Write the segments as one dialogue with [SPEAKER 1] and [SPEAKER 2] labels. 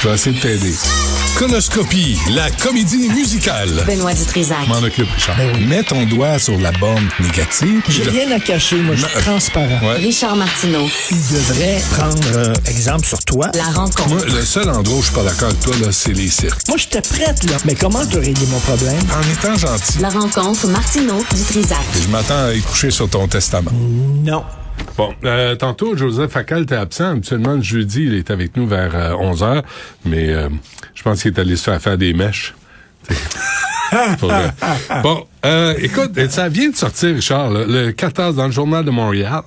[SPEAKER 1] Je vais essayer de t'aider. Conoscopie, la comédie musicale.
[SPEAKER 2] Benoît Dutrisac.
[SPEAKER 1] M'en occupe, Richard. Mets ton doigt sur la bande négative.
[SPEAKER 3] J'ai
[SPEAKER 1] Le-
[SPEAKER 3] rien à cacher, moi, je suis
[SPEAKER 1] Ma-
[SPEAKER 3] transparent.
[SPEAKER 1] Ouais.
[SPEAKER 2] Richard Martineau.
[SPEAKER 3] Tu devrais prendre euh, exemple sur toi.
[SPEAKER 2] La rencontre.
[SPEAKER 1] Moi, le seul endroit où je suis pas d'accord avec toi, là, c'est les cirques.
[SPEAKER 3] Moi, j'étais prête, là. Mais comment te régler mon problème?
[SPEAKER 1] En étant gentil,
[SPEAKER 2] La rencontre Martineau Dutrisac.
[SPEAKER 1] je m'attends à y coucher sur ton testament.
[SPEAKER 3] Non.
[SPEAKER 4] Bon, euh, tantôt, Joseph Akal était absent. Habituellement, le jeudi, il est avec nous vers 11h, mais euh, je pense qu'il est allé se faire faire des mèches. Pour, euh, bon, euh, écoute, ça vient de sortir, Richard, le, le 14 dans le journal de Montréal.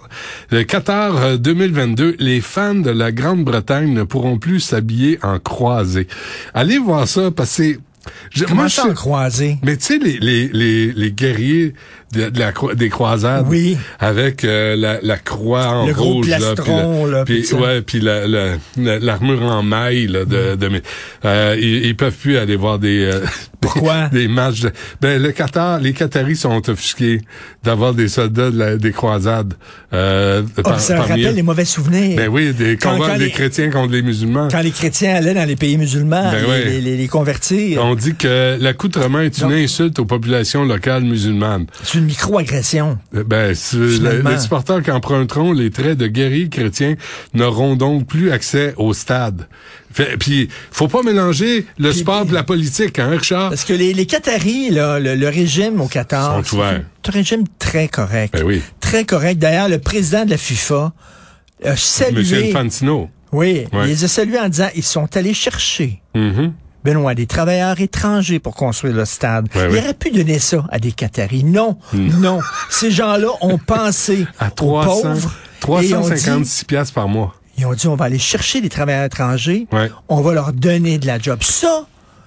[SPEAKER 4] Le 14 euh, 2022, les fans de la Grande-Bretagne ne pourront plus s'habiller en croisée. Allez voir ça, parce que... c'est- je-
[SPEAKER 3] Comment
[SPEAKER 4] je-
[SPEAKER 3] ça, croisé?
[SPEAKER 4] mais tu sais, les, les, les, les guerriers de, de la, croi- des croisades,
[SPEAKER 3] Oui.
[SPEAKER 4] avec euh, la, la croix en
[SPEAKER 3] Le gros
[SPEAKER 4] rouge, là,
[SPEAKER 3] plastron,
[SPEAKER 4] puis la-
[SPEAKER 3] là,
[SPEAKER 4] puis,
[SPEAKER 3] puis ça. Mm.
[SPEAKER 4] ouais, puis la- la- la- l'armure en maille, là, de, de, mes- euh, ils, ils peuvent plus aller voir des euh,
[SPEAKER 3] Pourquoi?
[SPEAKER 4] des matchs. De, ben le Qatar, les Qataris sont offusqués d'avoir des soldats de la- des croisades. Euh,
[SPEAKER 3] Oh,
[SPEAKER 4] par-
[SPEAKER 3] ça
[SPEAKER 4] parmi
[SPEAKER 3] rappelle
[SPEAKER 4] eux.
[SPEAKER 3] les mauvais souvenirs.
[SPEAKER 4] Ben oui, des
[SPEAKER 3] Quand-
[SPEAKER 4] combats
[SPEAKER 3] quand
[SPEAKER 4] des
[SPEAKER 3] les-
[SPEAKER 4] chrétiens contre les musulmans.
[SPEAKER 3] Quand les chrétiens allaient dans les pays musulmans,
[SPEAKER 4] Ben
[SPEAKER 3] les,
[SPEAKER 4] ouais.
[SPEAKER 3] les- les- les convertir,
[SPEAKER 4] On dit que l'accoutrement est une
[SPEAKER 3] Donc-
[SPEAKER 4] insulte aux populations locales musulmanes.
[SPEAKER 3] c'est une micro-agression.
[SPEAKER 4] Euh, Ben, c'est- le-
[SPEAKER 3] Finalement.
[SPEAKER 4] les supporters qui emprunteront les traits de guerriers chrétiens n'auront donc plus accès au stade. Fait- Puis, faut pas mélanger le sport et la politique, hein, Richard?
[SPEAKER 3] Parce que les, les Qataris, là, le, le régime au Qatar,
[SPEAKER 4] Sont ouverts.
[SPEAKER 3] c'est un régime très correct.
[SPEAKER 4] Ben oui.
[SPEAKER 3] Très correct. D'ailleurs, le président de la FIFA a salué...
[SPEAKER 4] Monsieur Infantino.
[SPEAKER 3] Oui,
[SPEAKER 4] Ouais.
[SPEAKER 3] il les a salués en disant ils sont allés chercher,
[SPEAKER 4] Mhm.
[SPEAKER 3] Benoît, des travailleurs étrangers pour construire le stade.
[SPEAKER 4] Ouais,
[SPEAKER 3] il
[SPEAKER 4] ouais. Mm.
[SPEAKER 3] aurait pu donner ça à des Qataris. Non, non. Ces gens-là ont pensé
[SPEAKER 4] À
[SPEAKER 3] aux
[SPEAKER 4] 300,
[SPEAKER 3] pauvres. et ont dit-
[SPEAKER 4] 356 piastres par mois.
[SPEAKER 3] ils ont dit on va aller chercher des travailleurs étrangers,
[SPEAKER 4] Ouais.
[SPEAKER 3] on va leur donner de la job. Ça,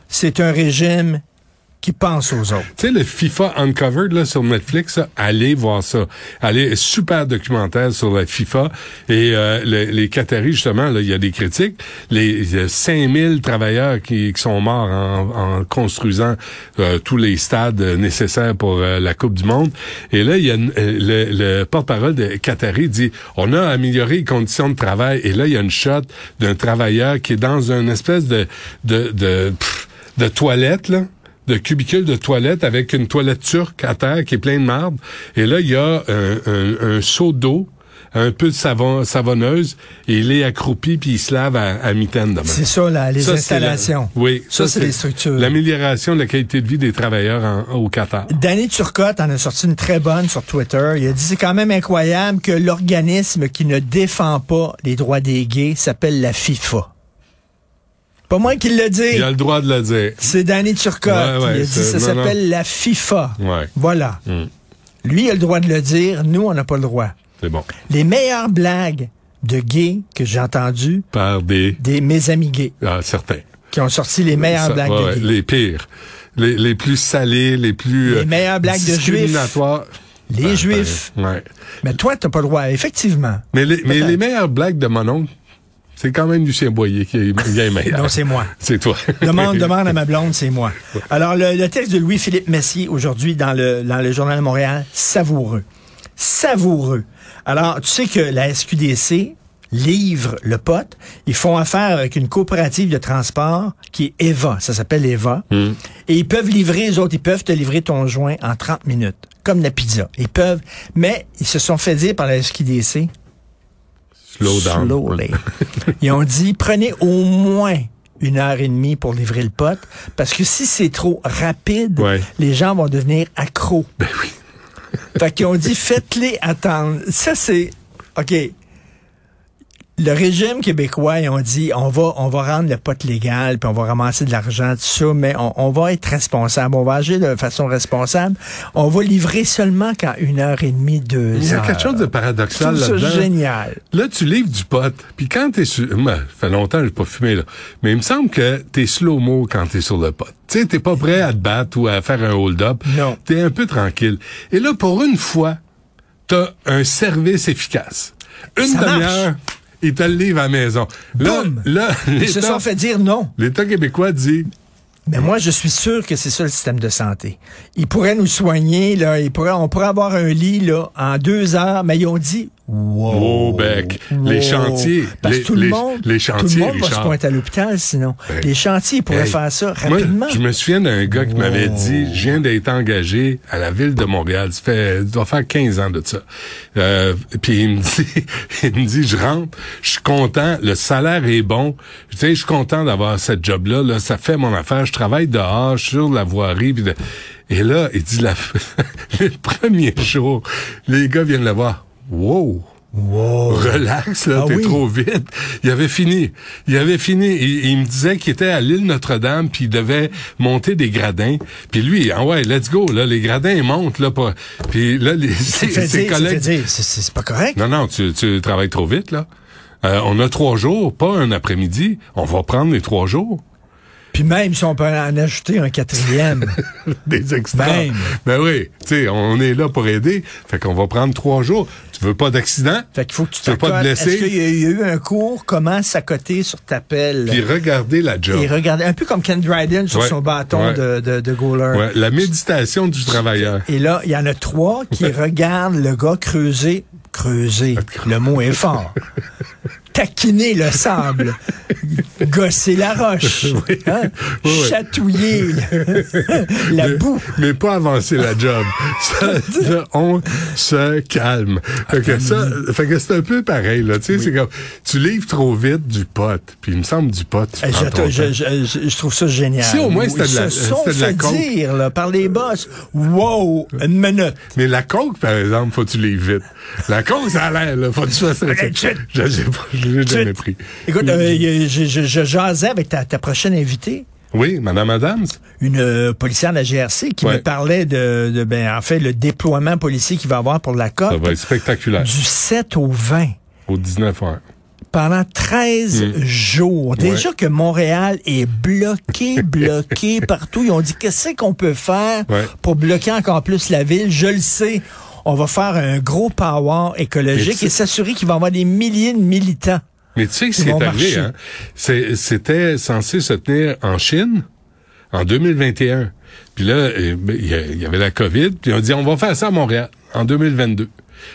[SPEAKER 3] c'est un régime qui pense aux autres.
[SPEAKER 4] Tu sais, le FIFA Uncovered là, sur Netflix, là, allez voir ça. Allez, super documentaire sur la FIFA. Et euh, le- les Qataris, justement, là, il y a des critiques. Les, il y a 5000 travailleurs qui, qui sont morts en, en construisant euh, tous les stades euh, nécessaires pour euh, la Coupe du Monde. Et là, il y a une- euh, le, le porte-parole de Qatari dit, on a amélioré les conditions de travail. Et là, il y a une shot d'un travailleur qui est dans une espèce de... de, de pff, de toilette, là, de cubicule de toilette avec une toilette turque à terre qui est pleine de marbre. Et là, il y a un, un- un seau d'eau, un peu de savon, savonneuse, et il est accroupi puis il se lave à, à mitaine demain.
[SPEAKER 3] C'est ça, là, les
[SPEAKER 4] Ça, c'est la-
[SPEAKER 3] installations.
[SPEAKER 4] oui.
[SPEAKER 3] Ça, c'est les structures.
[SPEAKER 4] L'amélioration de la qualité de vie des travailleurs en- au Qatar.
[SPEAKER 3] Danny Turcotte en a sorti une très bonne sur Twitter. Il a dit c'est quand même incroyable que l'organisme qui ne défend pas les droits des gays s'appelle la FIFA. Pas moi qui le
[SPEAKER 4] Il a
[SPEAKER 3] dis.
[SPEAKER 4] le droit de le dire.
[SPEAKER 3] C'est Danny Turcotte.
[SPEAKER 4] Ouais, ouais,
[SPEAKER 3] il a dit
[SPEAKER 4] c'est-
[SPEAKER 3] ça
[SPEAKER 4] non, non.
[SPEAKER 3] s'appelle la FIFA.
[SPEAKER 4] Ouais. Mm.
[SPEAKER 3] Voilà. Lui, il a le droit de le dire. Nous, on n'a pas le droit.
[SPEAKER 4] C'est bon.
[SPEAKER 3] Les meilleures blagues de gays que j'ai entendues,
[SPEAKER 4] Par des...
[SPEAKER 3] des mes amis gays
[SPEAKER 4] ah, certains.
[SPEAKER 3] qui ont sorti les meilleures
[SPEAKER 4] Ça-
[SPEAKER 3] blagues
[SPEAKER 4] ouais,
[SPEAKER 3] de
[SPEAKER 4] ouais,
[SPEAKER 3] gays.
[SPEAKER 4] les pires. Les, les plus salés, les plus...
[SPEAKER 3] Les
[SPEAKER 4] euh,
[SPEAKER 3] meilleures blagues de Juifs.
[SPEAKER 4] discriminatoires.
[SPEAKER 3] Les
[SPEAKER 4] Ben,
[SPEAKER 3] Juifs.
[SPEAKER 4] ben, ouais.
[SPEAKER 3] Mais toi, t'as pas le droit, effectivement.
[SPEAKER 4] Mais les, mais les meilleures blagues de mon oncle, c'est quand même Lucien Boyer qui est bien meilleur.
[SPEAKER 3] Non, c'est moi.
[SPEAKER 4] C'est toi.
[SPEAKER 3] Demande, demande à ma blonde, c'est moi. Alors, le, le texte de Louis-Philippe Messier aujourd'hui dans le, dans le Journal de Montréal, savoureux. Savoureux. Alors, tu sais que la SQDC livre le pote. Ils font affaire avec une coopérative de transport qui est EVA. Ça s'appelle EVA. Et ils peuvent livrer, les autres, ils peuvent te livrer ton joint en 30 minutes. Comme la pizza. Ils peuvent. Mais ils se sont fait dire par la SQDC,
[SPEAKER 4] Slow down.
[SPEAKER 3] Slowly. Ils ont dit, prenez au moins une heure et demie pour livrer le pote, parce que si c'est trop rapide,
[SPEAKER 4] Ouais.
[SPEAKER 3] les gens vont devenir accros. Ben oui. fait qu'ils ont dit, faites-les attendre. Ça, c'est... OK. Le régime québécois, ils ont dit, on va, on va rendre le pote légal, puis on va ramasser de l'argent, tout ça, mais on, on va être responsable. On va agir de façon responsable. On va livrer seulement quand une heure et demie, deux
[SPEAKER 4] Il y a
[SPEAKER 3] heures.
[SPEAKER 4] quelque chose de
[SPEAKER 3] Je
[SPEAKER 4] paradoxal
[SPEAKER 3] trouve ça
[SPEAKER 4] là-dedans.
[SPEAKER 3] génial.
[SPEAKER 4] Là, tu livres du pot, puis quand t'es sur... Moi, ça fait longtemps que j'ai pas fumé, là. Mais il me semble que t'es slow-mo quand t'es sur le pot. Tu sais, t'es pas prêt à te battre ou à faire un hold-up.
[SPEAKER 3] Non.
[SPEAKER 4] T'es un peu tranquille. Et là, pour une fois, t'as un service efficace. Une
[SPEAKER 3] Ça marche.
[SPEAKER 4] demi-heure, ils te le livrent à la maison. Là,
[SPEAKER 3] Boum!
[SPEAKER 4] là
[SPEAKER 3] Ils se
[SPEAKER 4] l'État
[SPEAKER 3] sont fait dire non.
[SPEAKER 4] l'État québécois dit...
[SPEAKER 3] Mais moi, je suis sûr que c'est ça le système de santé. Ils pourraient nous soigner, là, ils pourraient, on pourrait avoir un lit là, en deux heures, mais ils ont dit Wow.
[SPEAKER 4] Wobeck. Les chantiers,
[SPEAKER 3] Parce que
[SPEAKER 4] les-
[SPEAKER 3] tout le
[SPEAKER 4] les-
[SPEAKER 3] monde,
[SPEAKER 4] les
[SPEAKER 3] tout
[SPEAKER 4] chantiers,
[SPEAKER 3] le monde va se
[SPEAKER 4] Richard.
[SPEAKER 3] pointer à l'hôpital sinon.
[SPEAKER 4] Ben,
[SPEAKER 3] les chantiers pourraient
[SPEAKER 4] Hey,
[SPEAKER 3] faire ça
[SPEAKER 4] moi,
[SPEAKER 3] rapidement.
[SPEAKER 4] je me souviens d'un gars qui m'avait dit, je viens d'être engagé à la ville de Montréal. Ça fait, ça doit faire 15 ans de ça. Euh, puis il me dit, il me dit, je rentre, je suis content, le salaire est bon. Tu sais, je suis content d'avoir cette job-là. Là, ça fait mon affaire. Je travaille dehors, je suis sur la voirie. puis de- Et là, il dit, la, le premier jour, les gars viennent le voir. Wow! relax, là,
[SPEAKER 3] Ah
[SPEAKER 4] t'es
[SPEAKER 3] oui.
[SPEAKER 4] trop vite. Il avait fini. Il avait fini. Il, il me disait qu'il était à l'île Notre-Dame, puis il devait monter des gradins. Puis lui, ah ouais, let's go, là, les gradins, ils montent, là, pas. Puis là, les,
[SPEAKER 3] C'est
[SPEAKER 4] ses,
[SPEAKER 3] fait
[SPEAKER 4] ses
[SPEAKER 3] dire, ça fait
[SPEAKER 4] collègues...
[SPEAKER 3] dire, c'est- c'est c'est pas correct.
[SPEAKER 4] Non, non, tu, tu travailles trop vite, là. Euh, on a trois jours, pas un après-midi. On va prendre les trois jours.
[SPEAKER 3] Puis même si on peut en ajouter un quatrième.
[SPEAKER 4] des extras.
[SPEAKER 3] Ben.
[SPEAKER 4] Ben oui, tu sais, on est là pour aider. Fait qu'on va prendre trois jours. Tu veux pas d'accident?
[SPEAKER 3] fait qu'il faut que tu
[SPEAKER 4] Tu veux pas te
[SPEAKER 3] t'accotes.
[SPEAKER 4] blesser?
[SPEAKER 3] Est-ce qu'il y a il y a eu un cours comment s'accoter sur ta pelle?
[SPEAKER 4] Puis regardez la job.
[SPEAKER 3] Et regarder, un peu comme Ken Dryden sur
[SPEAKER 4] Ouais,
[SPEAKER 3] son bâton
[SPEAKER 4] ouais.
[SPEAKER 3] de, de, de goaler.
[SPEAKER 4] Ouais, la méditation du travailleur.
[SPEAKER 3] Et là, il y en a trois qui regardent le gars creuser. Creuser,
[SPEAKER 4] Ah,
[SPEAKER 3] le mot est fort. Taquiner le sable. Gosser la roche. hein,
[SPEAKER 4] Oui, oui.
[SPEAKER 3] Chatouiller la
[SPEAKER 4] mais,
[SPEAKER 3] boue.
[SPEAKER 4] mais pas avancer la job. Ça, ça, on se calme. Fait que ça, fait que c'est un peu pareil, là. Tu sais, c'est comme, tu livres trop vite du pote. Puis il me semble du pote, tu
[SPEAKER 3] Eh,
[SPEAKER 4] prends
[SPEAKER 3] Je,
[SPEAKER 4] ton
[SPEAKER 3] te- je-
[SPEAKER 4] temps.
[SPEAKER 3] je- je- je trouve ça génial.
[SPEAKER 4] Si au moins c'était de la-
[SPEAKER 3] Ils se sont
[SPEAKER 4] c'était de la
[SPEAKER 3] fait
[SPEAKER 4] coke.
[SPEAKER 3] dire là, par les boss, wow, une minute.
[SPEAKER 4] Mais la coke, par exemple, faut que tu livres vite. La coke, ça a l'air, là. Faut que tu fasses...
[SPEAKER 3] Hey, chut!
[SPEAKER 4] Je sais pas, je l'ai jamais
[SPEAKER 3] Chut.
[SPEAKER 4] pris.
[SPEAKER 3] Écoute, euh, je, je- je jasais avec ta, ta prochaine invitée.
[SPEAKER 4] Oui, Madame Adams.
[SPEAKER 3] une euh, policière de la GRC qui
[SPEAKER 4] Ouais.
[SPEAKER 3] me parlait de, de, ben, en fait le déploiement policier qu'il va avoir pour la
[SPEAKER 4] Ça
[SPEAKER 3] COP
[SPEAKER 4] va être spectaculaire.
[SPEAKER 3] du 7 au 20
[SPEAKER 4] Au 19 heures.
[SPEAKER 3] pendant 13
[SPEAKER 4] Hmm.
[SPEAKER 3] jours. Déjà que Montréal est bloqué, bloqué partout. Ils ont dit qu'est-ce qu'on peut faire
[SPEAKER 4] Ouais.
[SPEAKER 3] pour bloquer encore plus la ville. Je le sais. On va faire un gros power
[SPEAKER 4] Mais
[SPEAKER 3] écologique
[SPEAKER 4] tu-
[SPEAKER 3] et s'assurer qu'il va y avoir des milliers de militants.
[SPEAKER 4] Mais tu sais que ce
[SPEAKER 3] Ils
[SPEAKER 4] qui
[SPEAKER 3] vont
[SPEAKER 4] est arrivé,
[SPEAKER 3] marcher.
[SPEAKER 4] hein? C'est- c'était censé se tenir en Chine en 2021. Puis là, eh ben, il y a- il y avait la COVID, puis on dit on va faire ça à Montréal en 2022.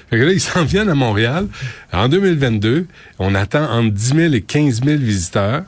[SPEAKER 4] Fait que là, ils s'en viennent à Montréal. En 2022, on attend entre 10 000 et 15 000 visiteurs.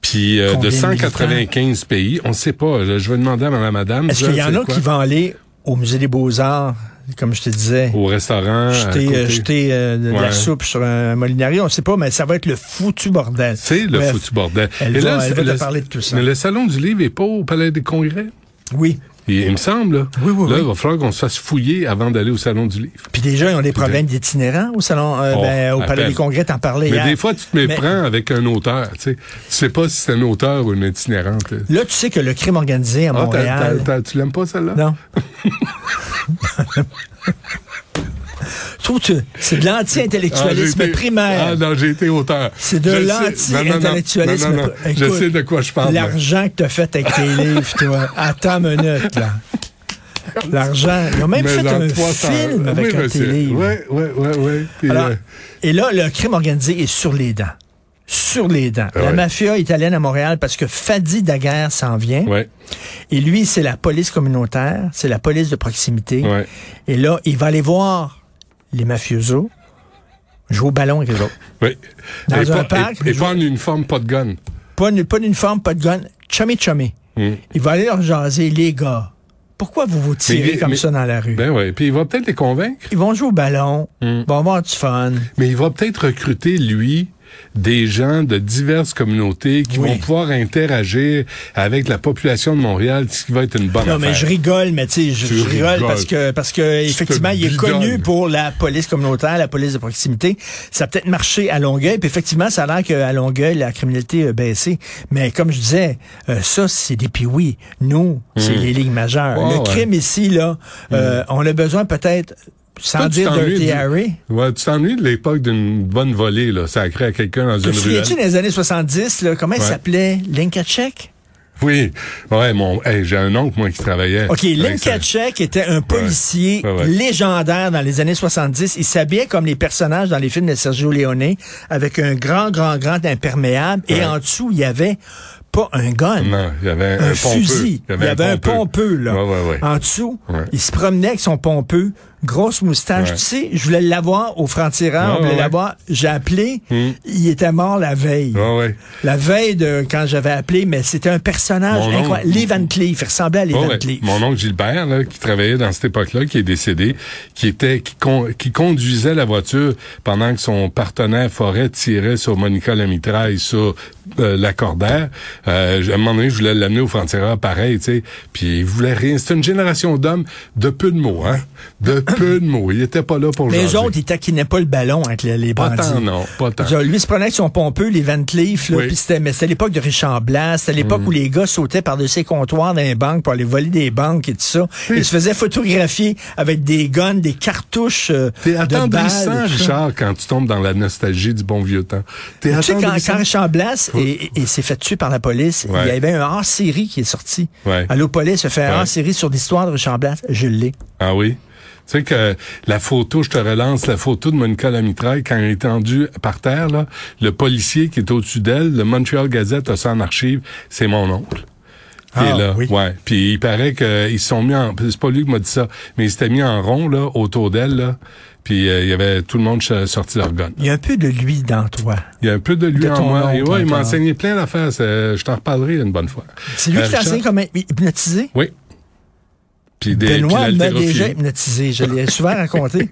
[SPEAKER 4] Puis euh,
[SPEAKER 3] Combien
[SPEAKER 4] de
[SPEAKER 3] de
[SPEAKER 4] 195 pays, on sait pas. là, Je vais demander à madame Adam.
[SPEAKER 3] Est-ce qu'il y en a qui vont aller au musée des beaux-arts, comme je te disais?
[SPEAKER 4] au restaurant Ah, à
[SPEAKER 3] jeter, euh,
[SPEAKER 4] côté.
[SPEAKER 3] jeter, euh, de la
[SPEAKER 4] Ouais.
[SPEAKER 3] soupe sur un molinari, on sait pas, mais ça va être le foutu bordel.
[SPEAKER 4] C'est le
[SPEAKER 3] Bref.
[SPEAKER 4] foutu bordel.
[SPEAKER 3] Elle va- elle va te
[SPEAKER 4] le-
[SPEAKER 3] parler de tout ça.
[SPEAKER 4] Mais le salon du livre est pas au palais des congrès.
[SPEAKER 3] Oui.
[SPEAKER 4] Il, il me semble. Là,
[SPEAKER 3] Oui, oui,
[SPEAKER 4] Là,
[SPEAKER 3] oui.
[SPEAKER 4] il va falloir qu'on se fasse fouiller avant d'aller au salon du livre.
[SPEAKER 3] Puis déjà, ils ont des problèmes d'itinérants au salon, euh,
[SPEAKER 4] Oh,
[SPEAKER 3] ben, au
[SPEAKER 4] à
[SPEAKER 3] Palais
[SPEAKER 4] peine.
[SPEAKER 3] des Congrès, t'en parlais
[SPEAKER 4] Mais
[SPEAKER 3] hier.
[SPEAKER 4] des fois, tu te méprends avec un auteur. Tu sais, tu sais pas si c'est un auteur ou une itinérante.
[SPEAKER 3] Mais Là, tu sais que le crime organisé à
[SPEAKER 4] Ah, t'as-
[SPEAKER 3] Montréal.
[SPEAKER 4] t'as- t'as- tu l'aimes pas celle-là?
[SPEAKER 3] Non. Je trouve que c'est de
[SPEAKER 4] Ah, j'ai
[SPEAKER 3] l'anti-intellectualisme
[SPEAKER 4] été-
[SPEAKER 3] primaire.
[SPEAKER 4] Ah non, j'ai été auteur.
[SPEAKER 3] C'est de
[SPEAKER 4] Je sais-
[SPEAKER 3] l'anti-intellectualisme.
[SPEAKER 4] Non, non, non, non, non.
[SPEAKER 3] Écoute,
[SPEAKER 4] Je sais de quoi je parle. moi.
[SPEAKER 3] L'argent que t'as fait avec tes livres, toi. Attends une minute, là. L'argent. Ils ont même
[SPEAKER 4] Mais
[SPEAKER 3] fait
[SPEAKER 4] dans
[SPEAKER 3] un
[SPEAKER 4] 300
[SPEAKER 3] film
[SPEAKER 4] oui,
[SPEAKER 3] avec un de tes
[SPEAKER 4] monsieur.
[SPEAKER 3] livres.
[SPEAKER 4] Oui, oui, oui, oui. Puis,
[SPEAKER 3] Alors,
[SPEAKER 4] euh,
[SPEAKER 3] et là, le crime organisé est sur les dents. Sur les dents.
[SPEAKER 4] Ah
[SPEAKER 3] La
[SPEAKER 4] ouais.
[SPEAKER 3] mafia italienne à Montréal, parce que Fadi Daguerre s'en vient.
[SPEAKER 4] ouais,
[SPEAKER 3] Et lui, c'est la police communautaire, c'est la police de proximité.
[SPEAKER 4] ouais.
[SPEAKER 3] Et là, il va aller voir les mafiosos jouer au ballon avec les autres.
[SPEAKER 4] Oui.
[SPEAKER 3] Dans
[SPEAKER 4] et pas,
[SPEAKER 3] un parc,
[SPEAKER 4] et, et
[SPEAKER 3] je-
[SPEAKER 4] pas en uniforme, pas de gun.
[SPEAKER 3] Pas une- pas d'uniforme, pas de gun. Chummy, chummy.
[SPEAKER 4] Hmm.
[SPEAKER 3] Il va aller leur jaser, les gars. Pourquoi vous vous tirez
[SPEAKER 4] Mais-
[SPEAKER 3] comme
[SPEAKER 4] mais-
[SPEAKER 3] ça dans la rue?
[SPEAKER 4] Ben Hmm. ouais. Puis il va peut-être les convaincre.
[SPEAKER 3] Ils vont jouer au ballon, vont avoir du fun.
[SPEAKER 4] Mais il va peut-être recruter, lui, des gens de diverses communautés qui
[SPEAKER 3] Oui.
[SPEAKER 4] vont pouvoir interagir avec la population de Montréal, ce qui va être une bonne
[SPEAKER 3] Non,
[SPEAKER 4] affaire.
[SPEAKER 3] mais je rigole, mais tu sais, je,
[SPEAKER 4] Tu
[SPEAKER 3] je rigole
[SPEAKER 4] rigoles.
[SPEAKER 3] parce que, parce que,
[SPEAKER 4] te
[SPEAKER 3] effectivement, il est
[SPEAKER 4] bidonnes.
[SPEAKER 3] connu pour la police communautaire, la police de proximité. Ça a peut-être marché à Longueuil, puis effectivement, ça a l'air qu'à Longueuil, la criminalité a baissé. Mais comme je disais, euh, ça, c'est des piouis. Nous, c'est les ligues majeures.
[SPEAKER 4] Hmm. Ouais,
[SPEAKER 3] Le
[SPEAKER 4] ouais.
[SPEAKER 3] crime ici, là, euh, on a besoin peut-être, sans
[SPEAKER 4] Toi, tu
[SPEAKER 3] dire
[SPEAKER 4] t'ennuies
[SPEAKER 3] Dirty
[SPEAKER 4] du-
[SPEAKER 3] Harry.
[SPEAKER 4] Ouais, tu t'ennuies de l'époque d'une bonne volée, là, sacrée à quelqu'un dans
[SPEAKER 3] Te
[SPEAKER 4] une ruelle.
[SPEAKER 3] souviens-tu des années 70, là, comment il
[SPEAKER 4] Ouais.
[SPEAKER 3] s'appelait? Linkacek?
[SPEAKER 4] Oui. Ouais, mon, hey, j'ai un oncle, moi, qui travaillait.
[SPEAKER 3] OK,
[SPEAKER 4] avec
[SPEAKER 3] Lynn
[SPEAKER 4] ça.
[SPEAKER 3] Katchek était un policier
[SPEAKER 4] Ouais, ouais.
[SPEAKER 3] légendaire dans les années 70. Il s'habillait comme les personnages dans les films de Sergio Leone, avec un grand, grand, grand imperméable. Et en dessous, il y avait pas un gun.
[SPEAKER 4] Non, il y avait un,
[SPEAKER 3] un,
[SPEAKER 4] pompeux.
[SPEAKER 3] fusil. Il y avait, un, pompeux, là. Ah.
[SPEAKER 4] Ouais, ouais, ouais.
[SPEAKER 3] En dessous,
[SPEAKER 4] Ouais.
[SPEAKER 3] il se promenait avec son pompeux, grosse moustache.
[SPEAKER 4] Ouais.
[SPEAKER 3] Tu sais, je voulais l'avoir au
[SPEAKER 4] Ouais,
[SPEAKER 3] franc-tirant, on voulait
[SPEAKER 4] ouais, ouais.
[SPEAKER 3] l'avoir. J'ai appelé,
[SPEAKER 4] Hum.
[SPEAKER 3] il était mort la veille.
[SPEAKER 4] Ouais, ouais.
[SPEAKER 3] La veille de quand j'avais appelé, mais c'était un personnage
[SPEAKER 4] Mon oncle.
[SPEAKER 3] incroyable. Lee Van Cleef, il ressemblait à Lee
[SPEAKER 4] Ouais,
[SPEAKER 3] Van
[SPEAKER 4] ouais.
[SPEAKER 3] Cleef.
[SPEAKER 4] Mon oncle Gilbert, là, qui travaillait dans cette époque-là, qui est décédé, qui était, qui, con- qui conduisait la voiture pendant que son partenaire Forêt tirait sur Monica la mitraille sur euh, l'accordaire. Euh, à un moment donné, je voulais l'amener au frontières pareil, tu sais. Puis il voulait rien. C'est une génération d'hommes de peu de mots, hein. De peu de mots. Il était pas là pour
[SPEAKER 3] Les
[SPEAKER 4] jaser.
[SPEAKER 3] autres, ils taquinaient pas le ballon avec les, les
[SPEAKER 4] Pas
[SPEAKER 3] bandits.
[SPEAKER 4] tant, non. Pas tant.
[SPEAKER 3] Genre, lui, il se prenait avec son pompeux, les Van Cleef, là,
[SPEAKER 4] Oui. Mm.
[SPEAKER 3] puis c'était, mais c'était l'époque de Richard Blas, c'était l'époque où les gars sautaient par-dessus les comptoirs dans les banques pour aller voler des banques et tout ça.
[SPEAKER 4] Oui.
[SPEAKER 3] Ils se faisaient photographier avec des guns, des cartouches euh,
[SPEAKER 4] T'es
[SPEAKER 3] de balles.
[SPEAKER 4] attendrissant,
[SPEAKER 3] et tout ça.
[SPEAKER 4] Richard, quand tu tombes dans la nostalgie du bon vieux temps. T'es
[SPEAKER 3] Tu sais, quand,
[SPEAKER 4] attendrissant.
[SPEAKER 3] quand Richard Blas et, et- et s'est fait tuer par la police,
[SPEAKER 4] Ouais.
[SPEAKER 3] il y avait un hors-série qui est sorti.
[SPEAKER 4] Ouais.
[SPEAKER 3] Allo Police a fait un
[SPEAKER 4] Ouais.
[SPEAKER 3] hors-série sur l'histoire de Richard Blas. Je l'ai.
[SPEAKER 4] Ah oui? Tu sais que la photo, je te relance, la photo de Monica Lamitraille quand elle est tendue par terre, là, le policier qui est au-dessus d'elle, le Montreal Gazette a ça en archive, c'est mon oncle. qui est
[SPEAKER 3] Ah,
[SPEAKER 4] là.
[SPEAKER 3] oui.
[SPEAKER 4] Ouais. Puis il paraît qu'ils se sont mis en... C'est pas lui qui m'a dit ça, mais ils s'étaient mis en rond là, autour d'elle. là. Puis euh, il y avait tout le monde ch- sorti leur gun.
[SPEAKER 3] Il y a un peu de lui dans toi.
[SPEAKER 4] Il y a un peu de lui
[SPEAKER 3] De
[SPEAKER 4] en
[SPEAKER 3] ton
[SPEAKER 4] moi. Et
[SPEAKER 3] oncle
[SPEAKER 4] ouais, il m'a
[SPEAKER 3] encore.
[SPEAKER 4] enseigné plein d'affaires. c'est- euh, Je t'en reparlerai une bonne fois.
[SPEAKER 3] C'est lui
[SPEAKER 4] Euh,
[SPEAKER 3] qui t'a
[SPEAKER 4] Richard?
[SPEAKER 3] enseigné comment hypnotiser?
[SPEAKER 4] Oui. Puis des,
[SPEAKER 3] Benoît
[SPEAKER 4] puis
[SPEAKER 3] m'a
[SPEAKER 4] l'haltérophilie.
[SPEAKER 3] déjà hypnotisé. Je l'ai souvent raconté.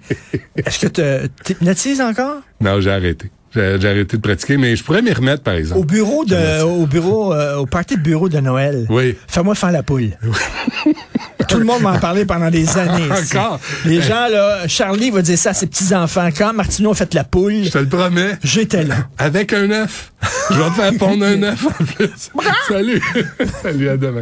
[SPEAKER 3] Est-ce que tu hypnotises encore?
[SPEAKER 4] Non, j'ai arrêté. J'ai j'ai arrêté de pratiquer, mais je pourrais m'y remettre, par exemple.
[SPEAKER 3] Au bureau de, au bureau, euh, au party de bureau de Noël.
[SPEAKER 4] Oui.
[SPEAKER 3] Fais-moi faire la poule. Tout le monde m'en parlait pendant des années. ici.
[SPEAKER 4] Encore?
[SPEAKER 3] Les gens, là, Charlie va dire ça à ses petits-enfants. Quand Martineau a fait la poule,
[SPEAKER 4] Je te le promets.
[SPEAKER 3] j'étais là.
[SPEAKER 4] Avec un œuf. Je vais te faire pondre un œuf en plus. Salut. Salut, à demain.